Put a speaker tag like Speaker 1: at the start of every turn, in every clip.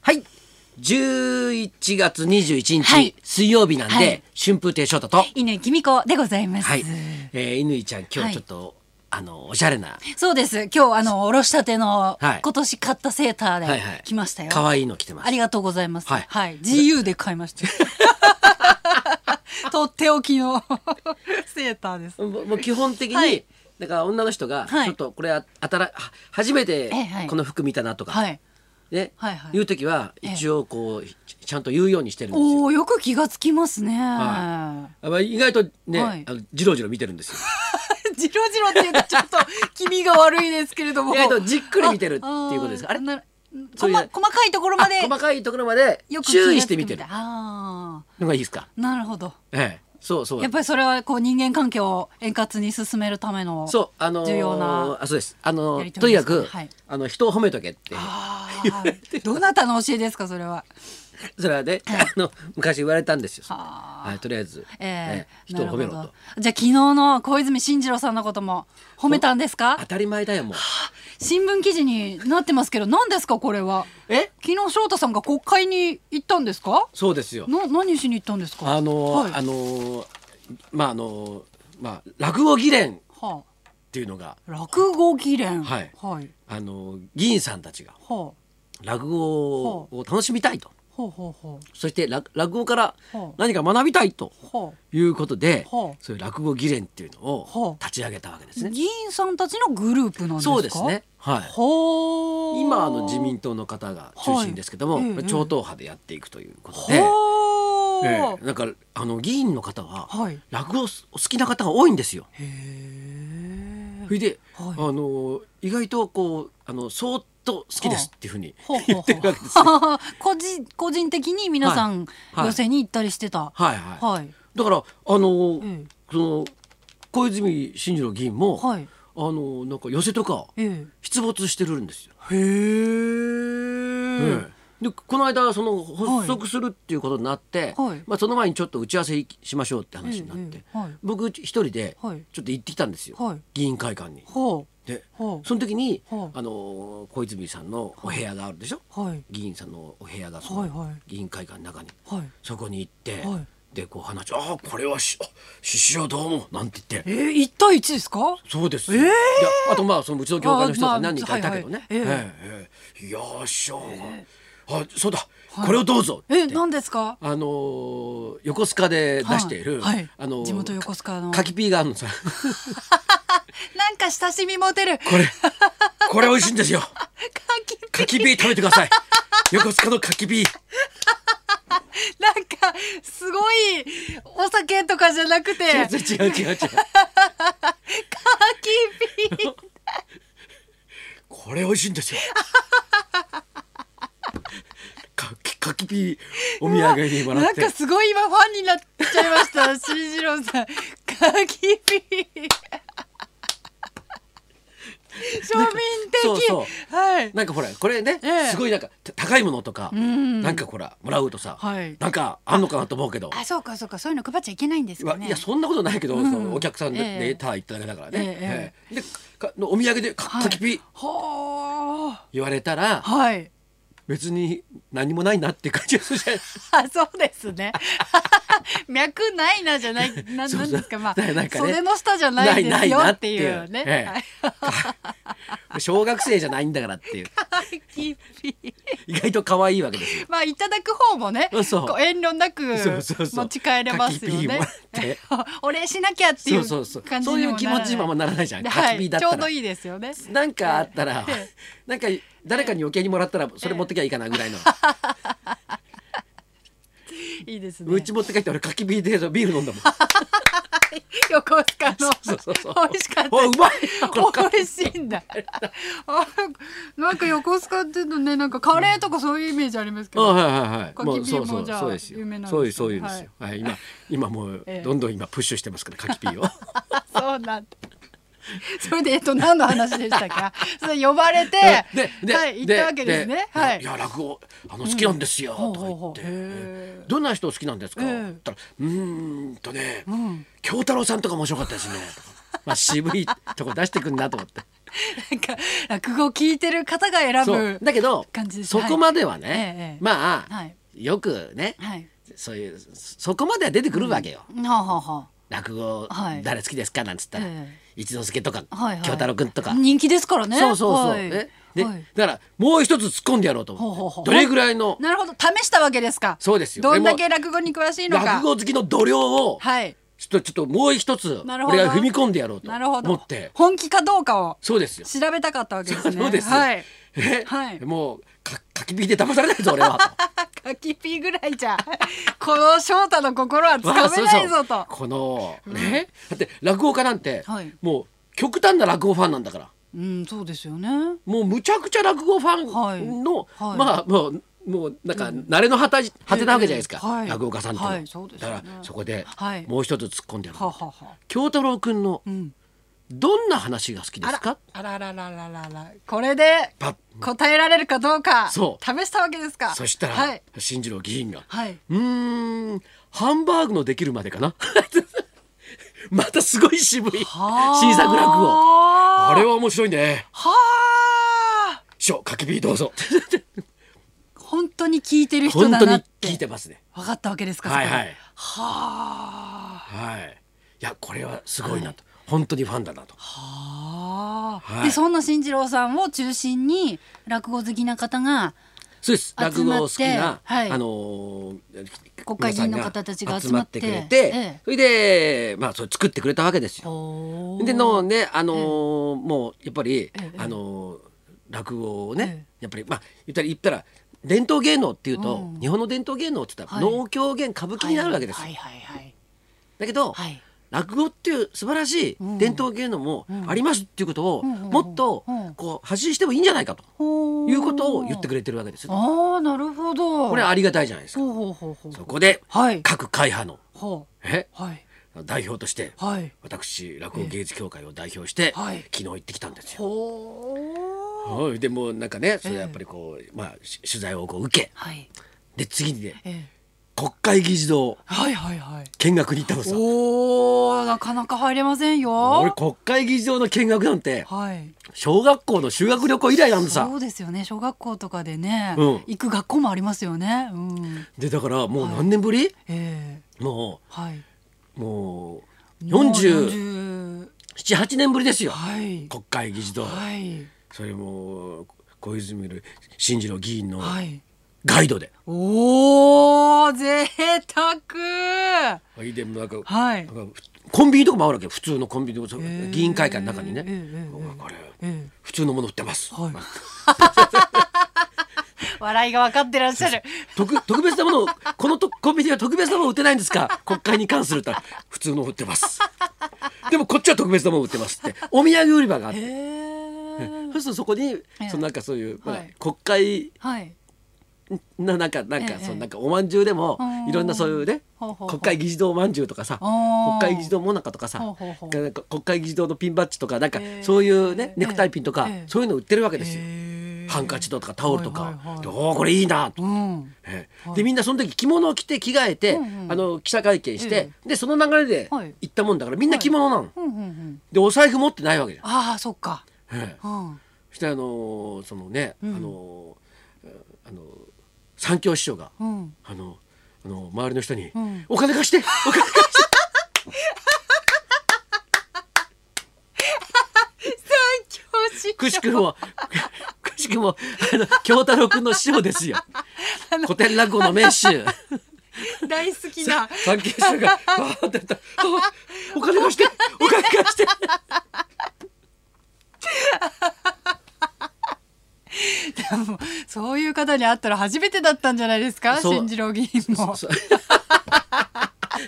Speaker 1: はい。11月21日、
Speaker 2: はい
Speaker 1: 水曜日なんで、
Speaker 2: はい
Speaker 1: 春風亭昇太と、はい、
Speaker 2: 犬きみこでございます。
Speaker 1: えー、犬井ちゃん、今
Speaker 2: は
Speaker 1: 日
Speaker 2: い
Speaker 1: ちょっと、あの、おしゃれな、
Speaker 2: そうです。今日あのおろしたての、
Speaker 1: はい
Speaker 2: 今年買ったセーターで来ましたよ。
Speaker 1: 可愛いの着てます。
Speaker 2: ありがとうございます。
Speaker 1: は
Speaker 2: はいい、GU で買いました。とっておきのセーターです。
Speaker 1: もうもう基本的に、
Speaker 2: はい
Speaker 1: だから女の人が、
Speaker 2: はい
Speaker 1: ちょっとこれあ、あたら、は初めて
Speaker 2: えはい
Speaker 1: この服見たなとか、
Speaker 2: はい。
Speaker 1: ね、
Speaker 2: はいはい
Speaker 1: 言うときは、
Speaker 2: ええ
Speaker 1: 一応こう、ちちゃんと言うようにしてるんですよ。
Speaker 2: おおよく気がつきますね。
Speaker 1: はあまあ意外とね、
Speaker 2: はい
Speaker 1: あのジロジロ見てるんですよ。
Speaker 2: ジロジロって言うとちょっと気味が悪いですけれども。
Speaker 1: 意外とじっくり見てるっていうことですか。あれ
Speaker 2: な
Speaker 1: そう
Speaker 2: 細
Speaker 1: いう
Speaker 2: 細かいところまで
Speaker 1: あ細かいところまで
Speaker 2: よく気がつく
Speaker 1: 注意して見てる
Speaker 2: みたいあ
Speaker 1: のがいいですか。
Speaker 2: あなるほど。
Speaker 1: ええ、そうそう。
Speaker 2: やっぱりそれはこう人間関係を円滑に進めるための
Speaker 1: そうあのー
Speaker 2: 重 要な
Speaker 1: あそうですあのー
Speaker 2: やり
Speaker 1: と
Speaker 2: 取
Speaker 1: に
Speaker 2: りで
Speaker 1: か
Speaker 2: すか
Speaker 1: く、
Speaker 2: はい
Speaker 1: あの人を褒めとけって
Speaker 2: あーどなたの教えですかそれは。
Speaker 1: それはね、あの昔言われたんですよ。
Speaker 2: はあ
Speaker 1: はいとりあえず、
Speaker 2: え
Speaker 1: ね
Speaker 2: え
Speaker 1: 人を褒めろ
Speaker 2: なる
Speaker 1: と
Speaker 2: ほどじゃあ昨日の小泉進次郎さんのことも褒めたんです
Speaker 1: 当
Speaker 2: か
Speaker 1: たり前だよもう。
Speaker 2: 新聞記事になってますけど何ですかこれは
Speaker 1: え
Speaker 2: 昨日翔太さんが国会に行ったんですか
Speaker 1: そうですよ。
Speaker 2: な何しに行ったんですか
Speaker 1: あのー
Speaker 2: はい
Speaker 1: あのーまああのーまあ落語議連っ
Speaker 2: は
Speaker 1: ていうのが
Speaker 2: あ、落語議連
Speaker 1: はい
Speaker 2: はい
Speaker 1: あのー議員さんたちが
Speaker 2: はあ
Speaker 1: 落語を楽しみたいと。
Speaker 2: ほうほうほ
Speaker 1: そして落落語から
Speaker 2: はあ
Speaker 1: 何か学びたいと
Speaker 2: うほう
Speaker 1: いうことで、
Speaker 2: はあ
Speaker 1: そういう落語議連っていうのを
Speaker 2: はあ
Speaker 1: 立ち上げたわけですね。
Speaker 2: 議員さんたちのグループなんですか
Speaker 1: そうですね。はい。
Speaker 2: ほー
Speaker 1: 今あの自民党の方が中心ですけども、
Speaker 2: はいええ
Speaker 1: 超党派でやっていくということで、
Speaker 2: ほー
Speaker 1: ええなんかあの議員の方は
Speaker 2: はい
Speaker 1: 落語すお好きな方が多いんですよ。
Speaker 2: へー
Speaker 1: それで、
Speaker 2: はい
Speaker 1: あの意外とこうあのそーっと好きですっていうふうに
Speaker 2: ほうほうほ
Speaker 1: 言
Speaker 2: う
Speaker 1: ってるわけですよ。
Speaker 2: 個人個人的に皆さん
Speaker 1: はいはい
Speaker 2: 寄席に行ったりしてた。
Speaker 1: はいはい。
Speaker 2: はい。
Speaker 1: だからあの、
Speaker 2: ええ
Speaker 1: その小泉進次郎議員も、
Speaker 2: はい
Speaker 1: あのなんか寄せとか
Speaker 2: え
Speaker 1: 出没してるんですよ。
Speaker 2: え。へえ。
Speaker 1: でこの間その発足するっていうことになって、
Speaker 2: はい
Speaker 1: まあ、その前にちょっと打ち合わせしましょうって話になって、
Speaker 2: ええはい
Speaker 1: 僕一人でちょ
Speaker 2: は
Speaker 1: っ
Speaker 2: い
Speaker 1: と行ってきたんですよ、
Speaker 2: はい
Speaker 1: 議員会館に。
Speaker 2: ほ
Speaker 1: で
Speaker 2: う。ほ
Speaker 1: その時に、
Speaker 2: はい
Speaker 1: あの小泉さんのお部屋があるでしょ、
Speaker 2: う。はい。
Speaker 1: 議員さんのお部屋がその
Speaker 2: はいはい
Speaker 1: 議員会館の中に、
Speaker 2: はい。
Speaker 1: そこに行って、
Speaker 2: はい
Speaker 1: でこう話しああこれはしあ師匠どうも」なんて言って。
Speaker 2: ええ、一対一ですか。
Speaker 1: そうですよ、いやあとまあそのうちの業界の人が
Speaker 2: あまあ
Speaker 1: 何人かいたけどね「
Speaker 2: はいはいえ
Speaker 1: ええええいやー師匠が、あそうだ、これをどうぞ」
Speaker 2: え、何ですか。
Speaker 1: あのー横須賀で出している、
Speaker 2: はいはい
Speaker 1: あのー
Speaker 2: 地元横須賀の
Speaker 1: か柿ピーがあるのさ
Speaker 2: なんか親しみ持てる。
Speaker 1: これこれ美味しいんですよ
Speaker 2: 柿ピ
Speaker 1: 柿ピー食べてください横須賀の柿ピー
Speaker 2: なんかすごいお酒とかじゃなくて。
Speaker 1: 違
Speaker 2: 柿
Speaker 1: う違う違う違う
Speaker 2: ピー。
Speaker 1: これ美味しいんですよ柿柿ピーお土産にもら
Speaker 2: な
Speaker 1: っ
Speaker 2: ん
Speaker 1: て
Speaker 2: かすごい今ファンになっちゃいました。新次郎さん、カキピー。庶民的。
Speaker 1: そうそ
Speaker 2: はい。
Speaker 1: なんかほらこれね、
Speaker 2: ええ
Speaker 1: すごいなんかた高いものとか、
Speaker 2: ん
Speaker 1: なんかほらもらうとさ、
Speaker 2: はい
Speaker 1: なんかあんのかなと思うけど
Speaker 2: あ、そうかそうか、そういうの配っちゃいけないんです
Speaker 1: うわ
Speaker 2: かね。
Speaker 1: いやそんなことないけど、そのお客さんで、
Speaker 2: ええ
Speaker 1: ねただ行っただけだからね、
Speaker 2: え
Speaker 1: ええでかのお土産でか
Speaker 2: はい
Speaker 1: かきピ
Speaker 2: ほー。
Speaker 1: 言われたら
Speaker 2: はい。
Speaker 1: 別に何もないなって感じがするじゃない
Speaker 2: あ、そうですね。 脈ないなじゃない、な
Speaker 1: そう
Speaker 2: なんですか、まあ、
Speaker 1: ななんかね
Speaker 2: 袖の下じゃないで
Speaker 1: な
Speaker 2: す
Speaker 1: い
Speaker 2: よ
Speaker 1: ないなっ
Speaker 2: ってて
Speaker 1: いう
Speaker 2: いうね。
Speaker 1: ええ
Speaker 2: はい
Speaker 1: 小学生じゃないんだからっていう
Speaker 2: カキピー。
Speaker 1: 意外と可愛いわけですよ。
Speaker 2: まあいただく方もね、
Speaker 1: そう
Speaker 2: こう遠慮なく
Speaker 1: そうそうそう
Speaker 2: 持ち帰れますよね
Speaker 1: 柿ピーも。
Speaker 2: お礼しなきゃってい
Speaker 1: そううそうそう
Speaker 2: 感じ
Speaker 1: そう
Speaker 2: に
Speaker 1: い
Speaker 2: も
Speaker 1: う
Speaker 2: な
Speaker 1: 気
Speaker 2: らな
Speaker 1: 持ちにもあんまならないじゃん、
Speaker 2: は
Speaker 1: かきピ
Speaker 2: い、
Speaker 1: ーだっ
Speaker 2: ち
Speaker 1: た
Speaker 2: ょ
Speaker 1: ら
Speaker 2: うどいいですよね。
Speaker 1: なんかあったら、なんか誰かに余計にもらったらそれ持ってきゃいいかなぐらいの、
Speaker 2: いいですね。
Speaker 1: うち持って帰って俺かきビーでビール飲んだもん
Speaker 2: 横須賀の
Speaker 1: そうそうそう
Speaker 2: 美味しかった。
Speaker 1: おうまいなこのカ
Speaker 2: 美味しいんだ。あなんか横須賀っていうとね、なんかカレーとかそういうイメージありますけ
Speaker 1: あは
Speaker 2: ど。
Speaker 1: いはいはい
Speaker 2: か
Speaker 1: も
Speaker 2: き
Speaker 1: う
Speaker 2: ピー
Speaker 1: そ
Speaker 2: も
Speaker 1: うそう
Speaker 2: じゃあ
Speaker 1: そうですよ
Speaker 2: 有名なんです
Speaker 1: そ
Speaker 2: ね
Speaker 1: ういうそういうですよはい、今今もう
Speaker 2: ええ
Speaker 1: どんどん今プッシュしてます からかきピーを
Speaker 2: そうなんだ。それでえっと何の話で したか。それ呼ばれて、
Speaker 1: でで
Speaker 2: はい行ったわけですね。はい
Speaker 1: いや落語あの好きなんですよ
Speaker 2: ほう
Speaker 1: とか
Speaker 2: ほ
Speaker 1: 言
Speaker 2: う
Speaker 1: っ
Speaker 2: ほう
Speaker 1: て
Speaker 2: へ
Speaker 1: え
Speaker 2: え
Speaker 1: どんな人好きなんですかって
Speaker 2: ええ
Speaker 1: 言ったらうーんと ね京太郎さんとか面白かったですねとかまあ渋いとこ出してくんなと思って
Speaker 2: なんか落語を聞いてる方が選
Speaker 1: そう
Speaker 2: ぶ
Speaker 1: だけど
Speaker 2: 感じです
Speaker 1: そこまではね、
Speaker 2: ええええ
Speaker 1: まあ、
Speaker 2: はい
Speaker 1: よくね
Speaker 2: はい
Speaker 1: そういうそこまでは出てくるわけよ、
Speaker 2: はあ、はあは
Speaker 1: 落語
Speaker 2: はい
Speaker 1: 誰好きですかなんつったら、
Speaker 2: え
Speaker 1: 一之輔とか
Speaker 2: あ、はいはい
Speaker 1: 京太郎君とか、
Speaker 2: 人気ですからね
Speaker 1: そうそうそう、
Speaker 2: はい
Speaker 1: ねで、
Speaker 2: はい
Speaker 1: だからもう一つ突っ込んでやろうと思って
Speaker 2: ほうほうほう
Speaker 1: どれぐらいの
Speaker 2: なるほど試したわけですか
Speaker 1: そうですよ
Speaker 2: どんだけ落語に詳しいのか
Speaker 1: 落語好きの度量を
Speaker 2: はい
Speaker 1: ちょっとちょっともう一つ
Speaker 2: なるほど
Speaker 1: 俺が踏み込んでやろうと
Speaker 2: なるほど
Speaker 1: 思って
Speaker 2: 本気かどうかを
Speaker 1: そうですよ。
Speaker 2: 調べたかったわけですね
Speaker 1: そうですよ
Speaker 2: はい
Speaker 1: え
Speaker 2: はい
Speaker 1: もうか書き引きで騙されないぞ俺 は。
Speaker 2: カキピーぐらいじゃ この翔太の心はつかめないぞと
Speaker 1: わあそうそうこのね、だって落語家なんて、
Speaker 2: はい
Speaker 1: もう極端な落語ファンなんだから
Speaker 2: うんそうですよね
Speaker 1: もうむちゃくちゃ落語ファンの、
Speaker 2: はいはい
Speaker 1: まあもうもうなんか慣れの果たし果てなわけじゃないですか、
Speaker 2: ええはい
Speaker 1: 落語家さんってのは、
Speaker 2: はいそうです
Speaker 1: だ
Speaker 2: よね
Speaker 1: からそこで
Speaker 2: はい
Speaker 1: もう一つ突っ込んでやる、
Speaker 2: はあはあはあ
Speaker 1: 京太郎くんの
Speaker 2: うん
Speaker 1: どんな話が好きで
Speaker 2: あ
Speaker 1: す
Speaker 2: ら
Speaker 1: か
Speaker 2: あららららららこれで
Speaker 1: パッ
Speaker 2: 答えられるかどうか
Speaker 1: そう
Speaker 2: 試したわけですか
Speaker 1: そしたら、
Speaker 2: はい
Speaker 1: 新次郎議員が
Speaker 2: はい、
Speaker 1: うーんハンバーグのできるまでかな またすごい渋い新作落語あ
Speaker 2: は
Speaker 1: れは面白いね
Speaker 2: あ
Speaker 1: 師匠かき火どうぞ
Speaker 2: 本当に聞いてる 人
Speaker 1: 本
Speaker 2: だ
Speaker 1: 当
Speaker 2: な
Speaker 1: に
Speaker 2: って
Speaker 1: 聞いてますね
Speaker 2: 分かったわけですか
Speaker 1: はい
Speaker 2: そこで
Speaker 1: はい
Speaker 2: はあ
Speaker 1: はいいやこれはすごいなと、本当にファンだなと
Speaker 2: はあ、
Speaker 1: はい
Speaker 2: でそんな新次郎さんを中心に落語好きな方が
Speaker 1: そうです
Speaker 2: 集まって
Speaker 1: 落語好きな、
Speaker 2: はい
Speaker 1: あのー
Speaker 2: 国会議員の方たちが集まって
Speaker 1: 皆さんが集まってくれて、
Speaker 2: ええ
Speaker 1: それでまあそれ作ってくれたわけですよ。
Speaker 2: おー
Speaker 1: でのねあのーもうやっぱり、
Speaker 2: ええ
Speaker 1: あのー落語をね、
Speaker 2: え
Speaker 1: やっぱりまあ言ったら言ったら伝統芸能っていうと、
Speaker 2: うん
Speaker 1: 日本の伝統芸能って言ったら、
Speaker 2: はい
Speaker 1: 農狂言歌舞伎になるわけですよ。
Speaker 2: はいはいはい
Speaker 1: だけど、
Speaker 2: はい、はい
Speaker 1: 落語っていう素晴らしい伝統芸能も
Speaker 2: うん
Speaker 1: ありますっていうことを、
Speaker 2: うんうん
Speaker 1: もっと
Speaker 2: うん
Speaker 1: こう発信してもいいんじゃないかと
Speaker 2: ほー
Speaker 1: いうことを言ってくれてるわけですよ。
Speaker 2: ああなるほど
Speaker 1: これはありがたいじゃないですか。
Speaker 2: ほうほうほうほう
Speaker 1: そこで
Speaker 2: はい
Speaker 1: 各会派の
Speaker 2: ほ
Speaker 1: え
Speaker 2: うはい
Speaker 1: 代表として
Speaker 2: はい
Speaker 1: 私落語芸術協会を代表して昨
Speaker 2: はい
Speaker 1: 日行ってきたんですよ。
Speaker 2: ほう
Speaker 1: はい、でもうなんかねそれはやっぱりこう、まあ、し取材をこう受け
Speaker 2: はい
Speaker 1: で次にね
Speaker 2: ええ
Speaker 1: 国会議事堂
Speaker 2: はいはいはい
Speaker 1: 見学に行ったのさ
Speaker 2: おーなかなか入れません
Speaker 1: 俺
Speaker 2: よ
Speaker 1: 国会議事堂の見学なんて
Speaker 2: はい
Speaker 1: 小学校の修学旅行以来なんださ
Speaker 2: そうですよね小学校とかでね、
Speaker 1: うん
Speaker 2: 行く学校もありますよねうん
Speaker 1: でだからもう何年ぶり、
Speaker 2: ええ
Speaker 1: も
Speaker 2: はい。
Speaker 1: うもう
Speaker 2: もう
Speaker 1: 478
Speaker 2: 40
Speaker 1: 8年ぶりですよ
Speaker 2: はい。
Speaker 1: 国会議事堂
Speaker 2: はい。
Speaker 1: それも小泉進次郎議員の
Speaker 2: はい。
Speaker 1: ガイドで。
Speaker 2: おお、贅沢。
Speaker 1: はい、でもなんか
Speaker 2: はい。
Speaker 1: なんかコンビニとかもあるわけよ普通のコンビニとか、
Speaker 2: ー
Speaker 1: 議員会館の中にね、
Speaker 2: えーえー
Speaker 1: これ
Speaker 2: え
Speaker 1: 普通のもの売ってます、
Speaker 2: はい
Speaker 1: まあ
Speaker 2: 笑いが分かってらっしゃる。
Speaker 1: 特特別なものをこのとコンビニは特別なもの売ってないんですか国会に関すると普通の売ってますでもこっちは特別なもの売ってますってお土産売り場があっ
Speaker 2: へ
Speaker 1: て
Speaker 2: え
Speaker 1: そうするとそこに
Speaker 2: え
Speaker 1: そのなんかそういう、まあ
Speaker 2: はい
Speaker 1: 国会
Speaker 2: はい。
Speaker 1: ななんかなんか、
Speaker 2: ええ
Speaker 1: そのなんかお饅頭でも
Speaker 2: うん
Speaker 1: いろんなそういうね
Speaker 2: ほうほうほう
Speaker 1: 国会議事堂饅頭とかさ
Speaker 2: あ
Speaker 1: 国
Speaker 2: ー
Speaker 1: 会議事堂もなかとかさ
Speaker 2: ほうほうほう
Speaker 1: なんか国会議事堂のピンバッジとかなんか
Speaker 2: ええ
Speaker 1: そういうね、
Speaker 2: ええ
Speaker 1: ネクタイピンとか、
Speaker 2: ええ
Speaker 1: そういうの売ってるわけですよ、
Speaker 2: へー
Speaker 1: ハンカチとかタオルとか、
Speaker 2: はいはいはい
Speaker 1: でおーこれいいなと、
Speaker 2: うん。
Speaker 1: ええ
Speaker 2: はい
Speaker 1: でみんなその時着物を着て着替えて、
Speaker 2: うんうん
Speaker 1: あの記者会見して
Speaker 2: え、
Speaker 1: でその流れで
Speaker 2: はい
Speaker 1: 行ったもんだからみんな着物なの、
Speaker 2: うんうんうん。
Speaker 1: でお財布持ってないわけじゃん、
Speaker 2: ああ、そっか。
Speaker 1: ええ
Speaker 2: うん。
Speaker 1: そしてあのーそのね、
Speaker 2: うん
Speaker 1: あのーあのー三協師匠が
Speaker 2: うん。
Speaker 1: あのあの周りの人に、
Speaker 2: うん
Speaker 1: お金貸してお金貸して
Speaker 2: 教師
Speaker 1: くしくもくしくもあの京太郎君の師匠ですよ古典落語の名手
Speaker 2: 大好きな。
Speaker 1: 関係者がバーってやったらあお金貸してお金貸して
Speaker 2: でもそういう方に会ったら初めてだったんじゃないですか
Speaker 1: そう
Speaker 2: 新次郎議員も。
Speaker 1: そう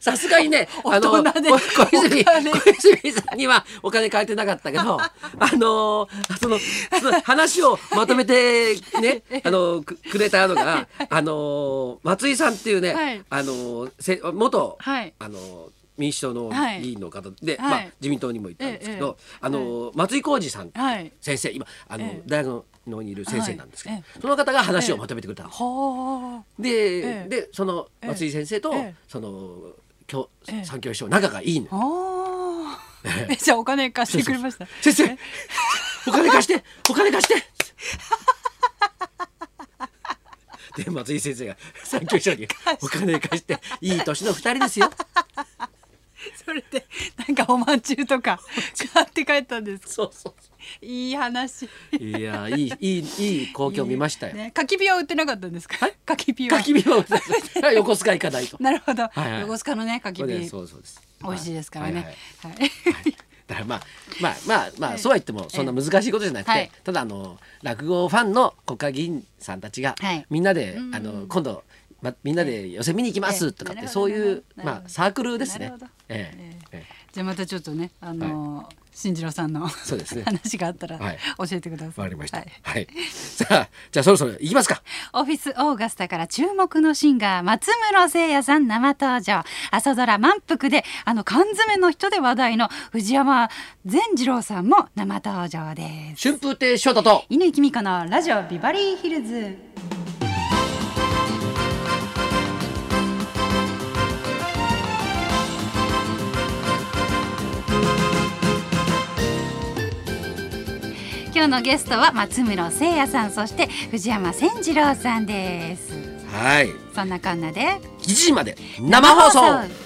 Speaker 1: さすがにね、あの、
Speaker 2: 大人で
Speaker 1: 小泉、
Speaker 2: お金
Speaker 1: 小泉さんにはお金返ってなかったけど、あの、その、その話をまとめてね、あの、くくれたのが、あの、松井さんっていうね、
Speaker 2: はい
Speaker 1: あの、せ元、
Speaker 2: はい
Speaker 1: あの、民主党の
Speaker 2: はい
Speaker 1: 議員の方で、
Speaker 2: はい
Speaker 1: まあ、自民党にも行ったんですけど、
Speaker 2: えええ
Speaker 1: あの、松井浩二さん、
Speaker 2: はい。
Speaker 1: 先生、今、あの、
Speaker 2: ええ
Speaker 1: 大学のにいる先生なんですけど、
Speaker 2: はいえ
Speaker 1: その方が話をまとめてくれたの。
Speaker 2: は
Speaker 1: で、
Speaker 2: ええ
Speaker 1: でその
Speaker 2: ええ
Speaker 1: 松井先生と、
Speaker 2: ええ
Speaker 1: その教
Speaker 2: ええ
Speaker 1: 三教師匠仲がいいの
Speaker 2: あ。ああ。じゃあお金貸してくれました。
Speaker 1: 先生お金貸してお金貸してで松井先生が産休者にお金貸していい年の二人です よ
Speaker 2: それでなんかおまんじゅうとか買って帰ったんです
Speaker 1: そうそう
Speaker 2: いい
Speaker 1: そ
Speaker 2: 話
Speaker 1: ういやいいいいいい光景を見ましたよ
Speaker 2: ね、柿火は売ってなかったんですか柿火は
Speaker 1: 焚き火を打たせ て横須賀行かないと
Speaker 2: なるほど、
Speaker 1: いはい
Speaker 2: 横須賀のね柿
Speaker 1: そう
Speaker 2: 火
Speaker 1: です
Speaker 2: 美
Speaker 1: そうですそうです
Speaker 2: 味しいですからね、
Speaker 1: は
Speaker 2: はい
Speaker 1: はいいはいだからまあまあまあま
Speaker 2: は
Speaker 1: あ
Speaker 2: い
Speaker 1: そうは言ってもそんな難しいことじゃなくて、
Speaker 2: はい
Speaker 1: ただあの落語ファンの国会議員さんたちが、
Speaker 2: はい
Speaker 1: みんなで
Speaker 2: うん
Speaker 1: あの今度、ま、みんなで寄せ見に行きますとかって、
Speaker 2: ええ
Speaker 1: そういう、
Speaker 2: なるほど
Speaker 1: まあ、サークルですね
Speaker 2: なるほど。
Speaker 1: ええ
Speaker 2: え
Speaker 1: ええ
Speaker 2: じゃあまたちょっとねあのー新次郎さんの
Speaker 1: そうですね
Speaker 2: 話があったら
Speaker 1: はい
Speaker 2: 教えてください、
Speaker 1: わかりました。
Speaker 2: は
Speaker 1: はいい、さあじゃあそろそろ行きますか。
Speaker 2: オフィスオーガスタから注目のシンガー松室誠也さん生登場朝ドラ「満腹で」あの缶詰の人で話題の藤山善次郎さんも生登場です
Speaker 1: 春風亭昇太と
Speaker 2: 乾きみ子のラジオビバリーヒルズ今日のゲストは松室誠也さんそして藤山千次郎さんです
Speaker 1: はい
Speaker 2: そんなこんなで
Speaker 1: 1時まで生放送。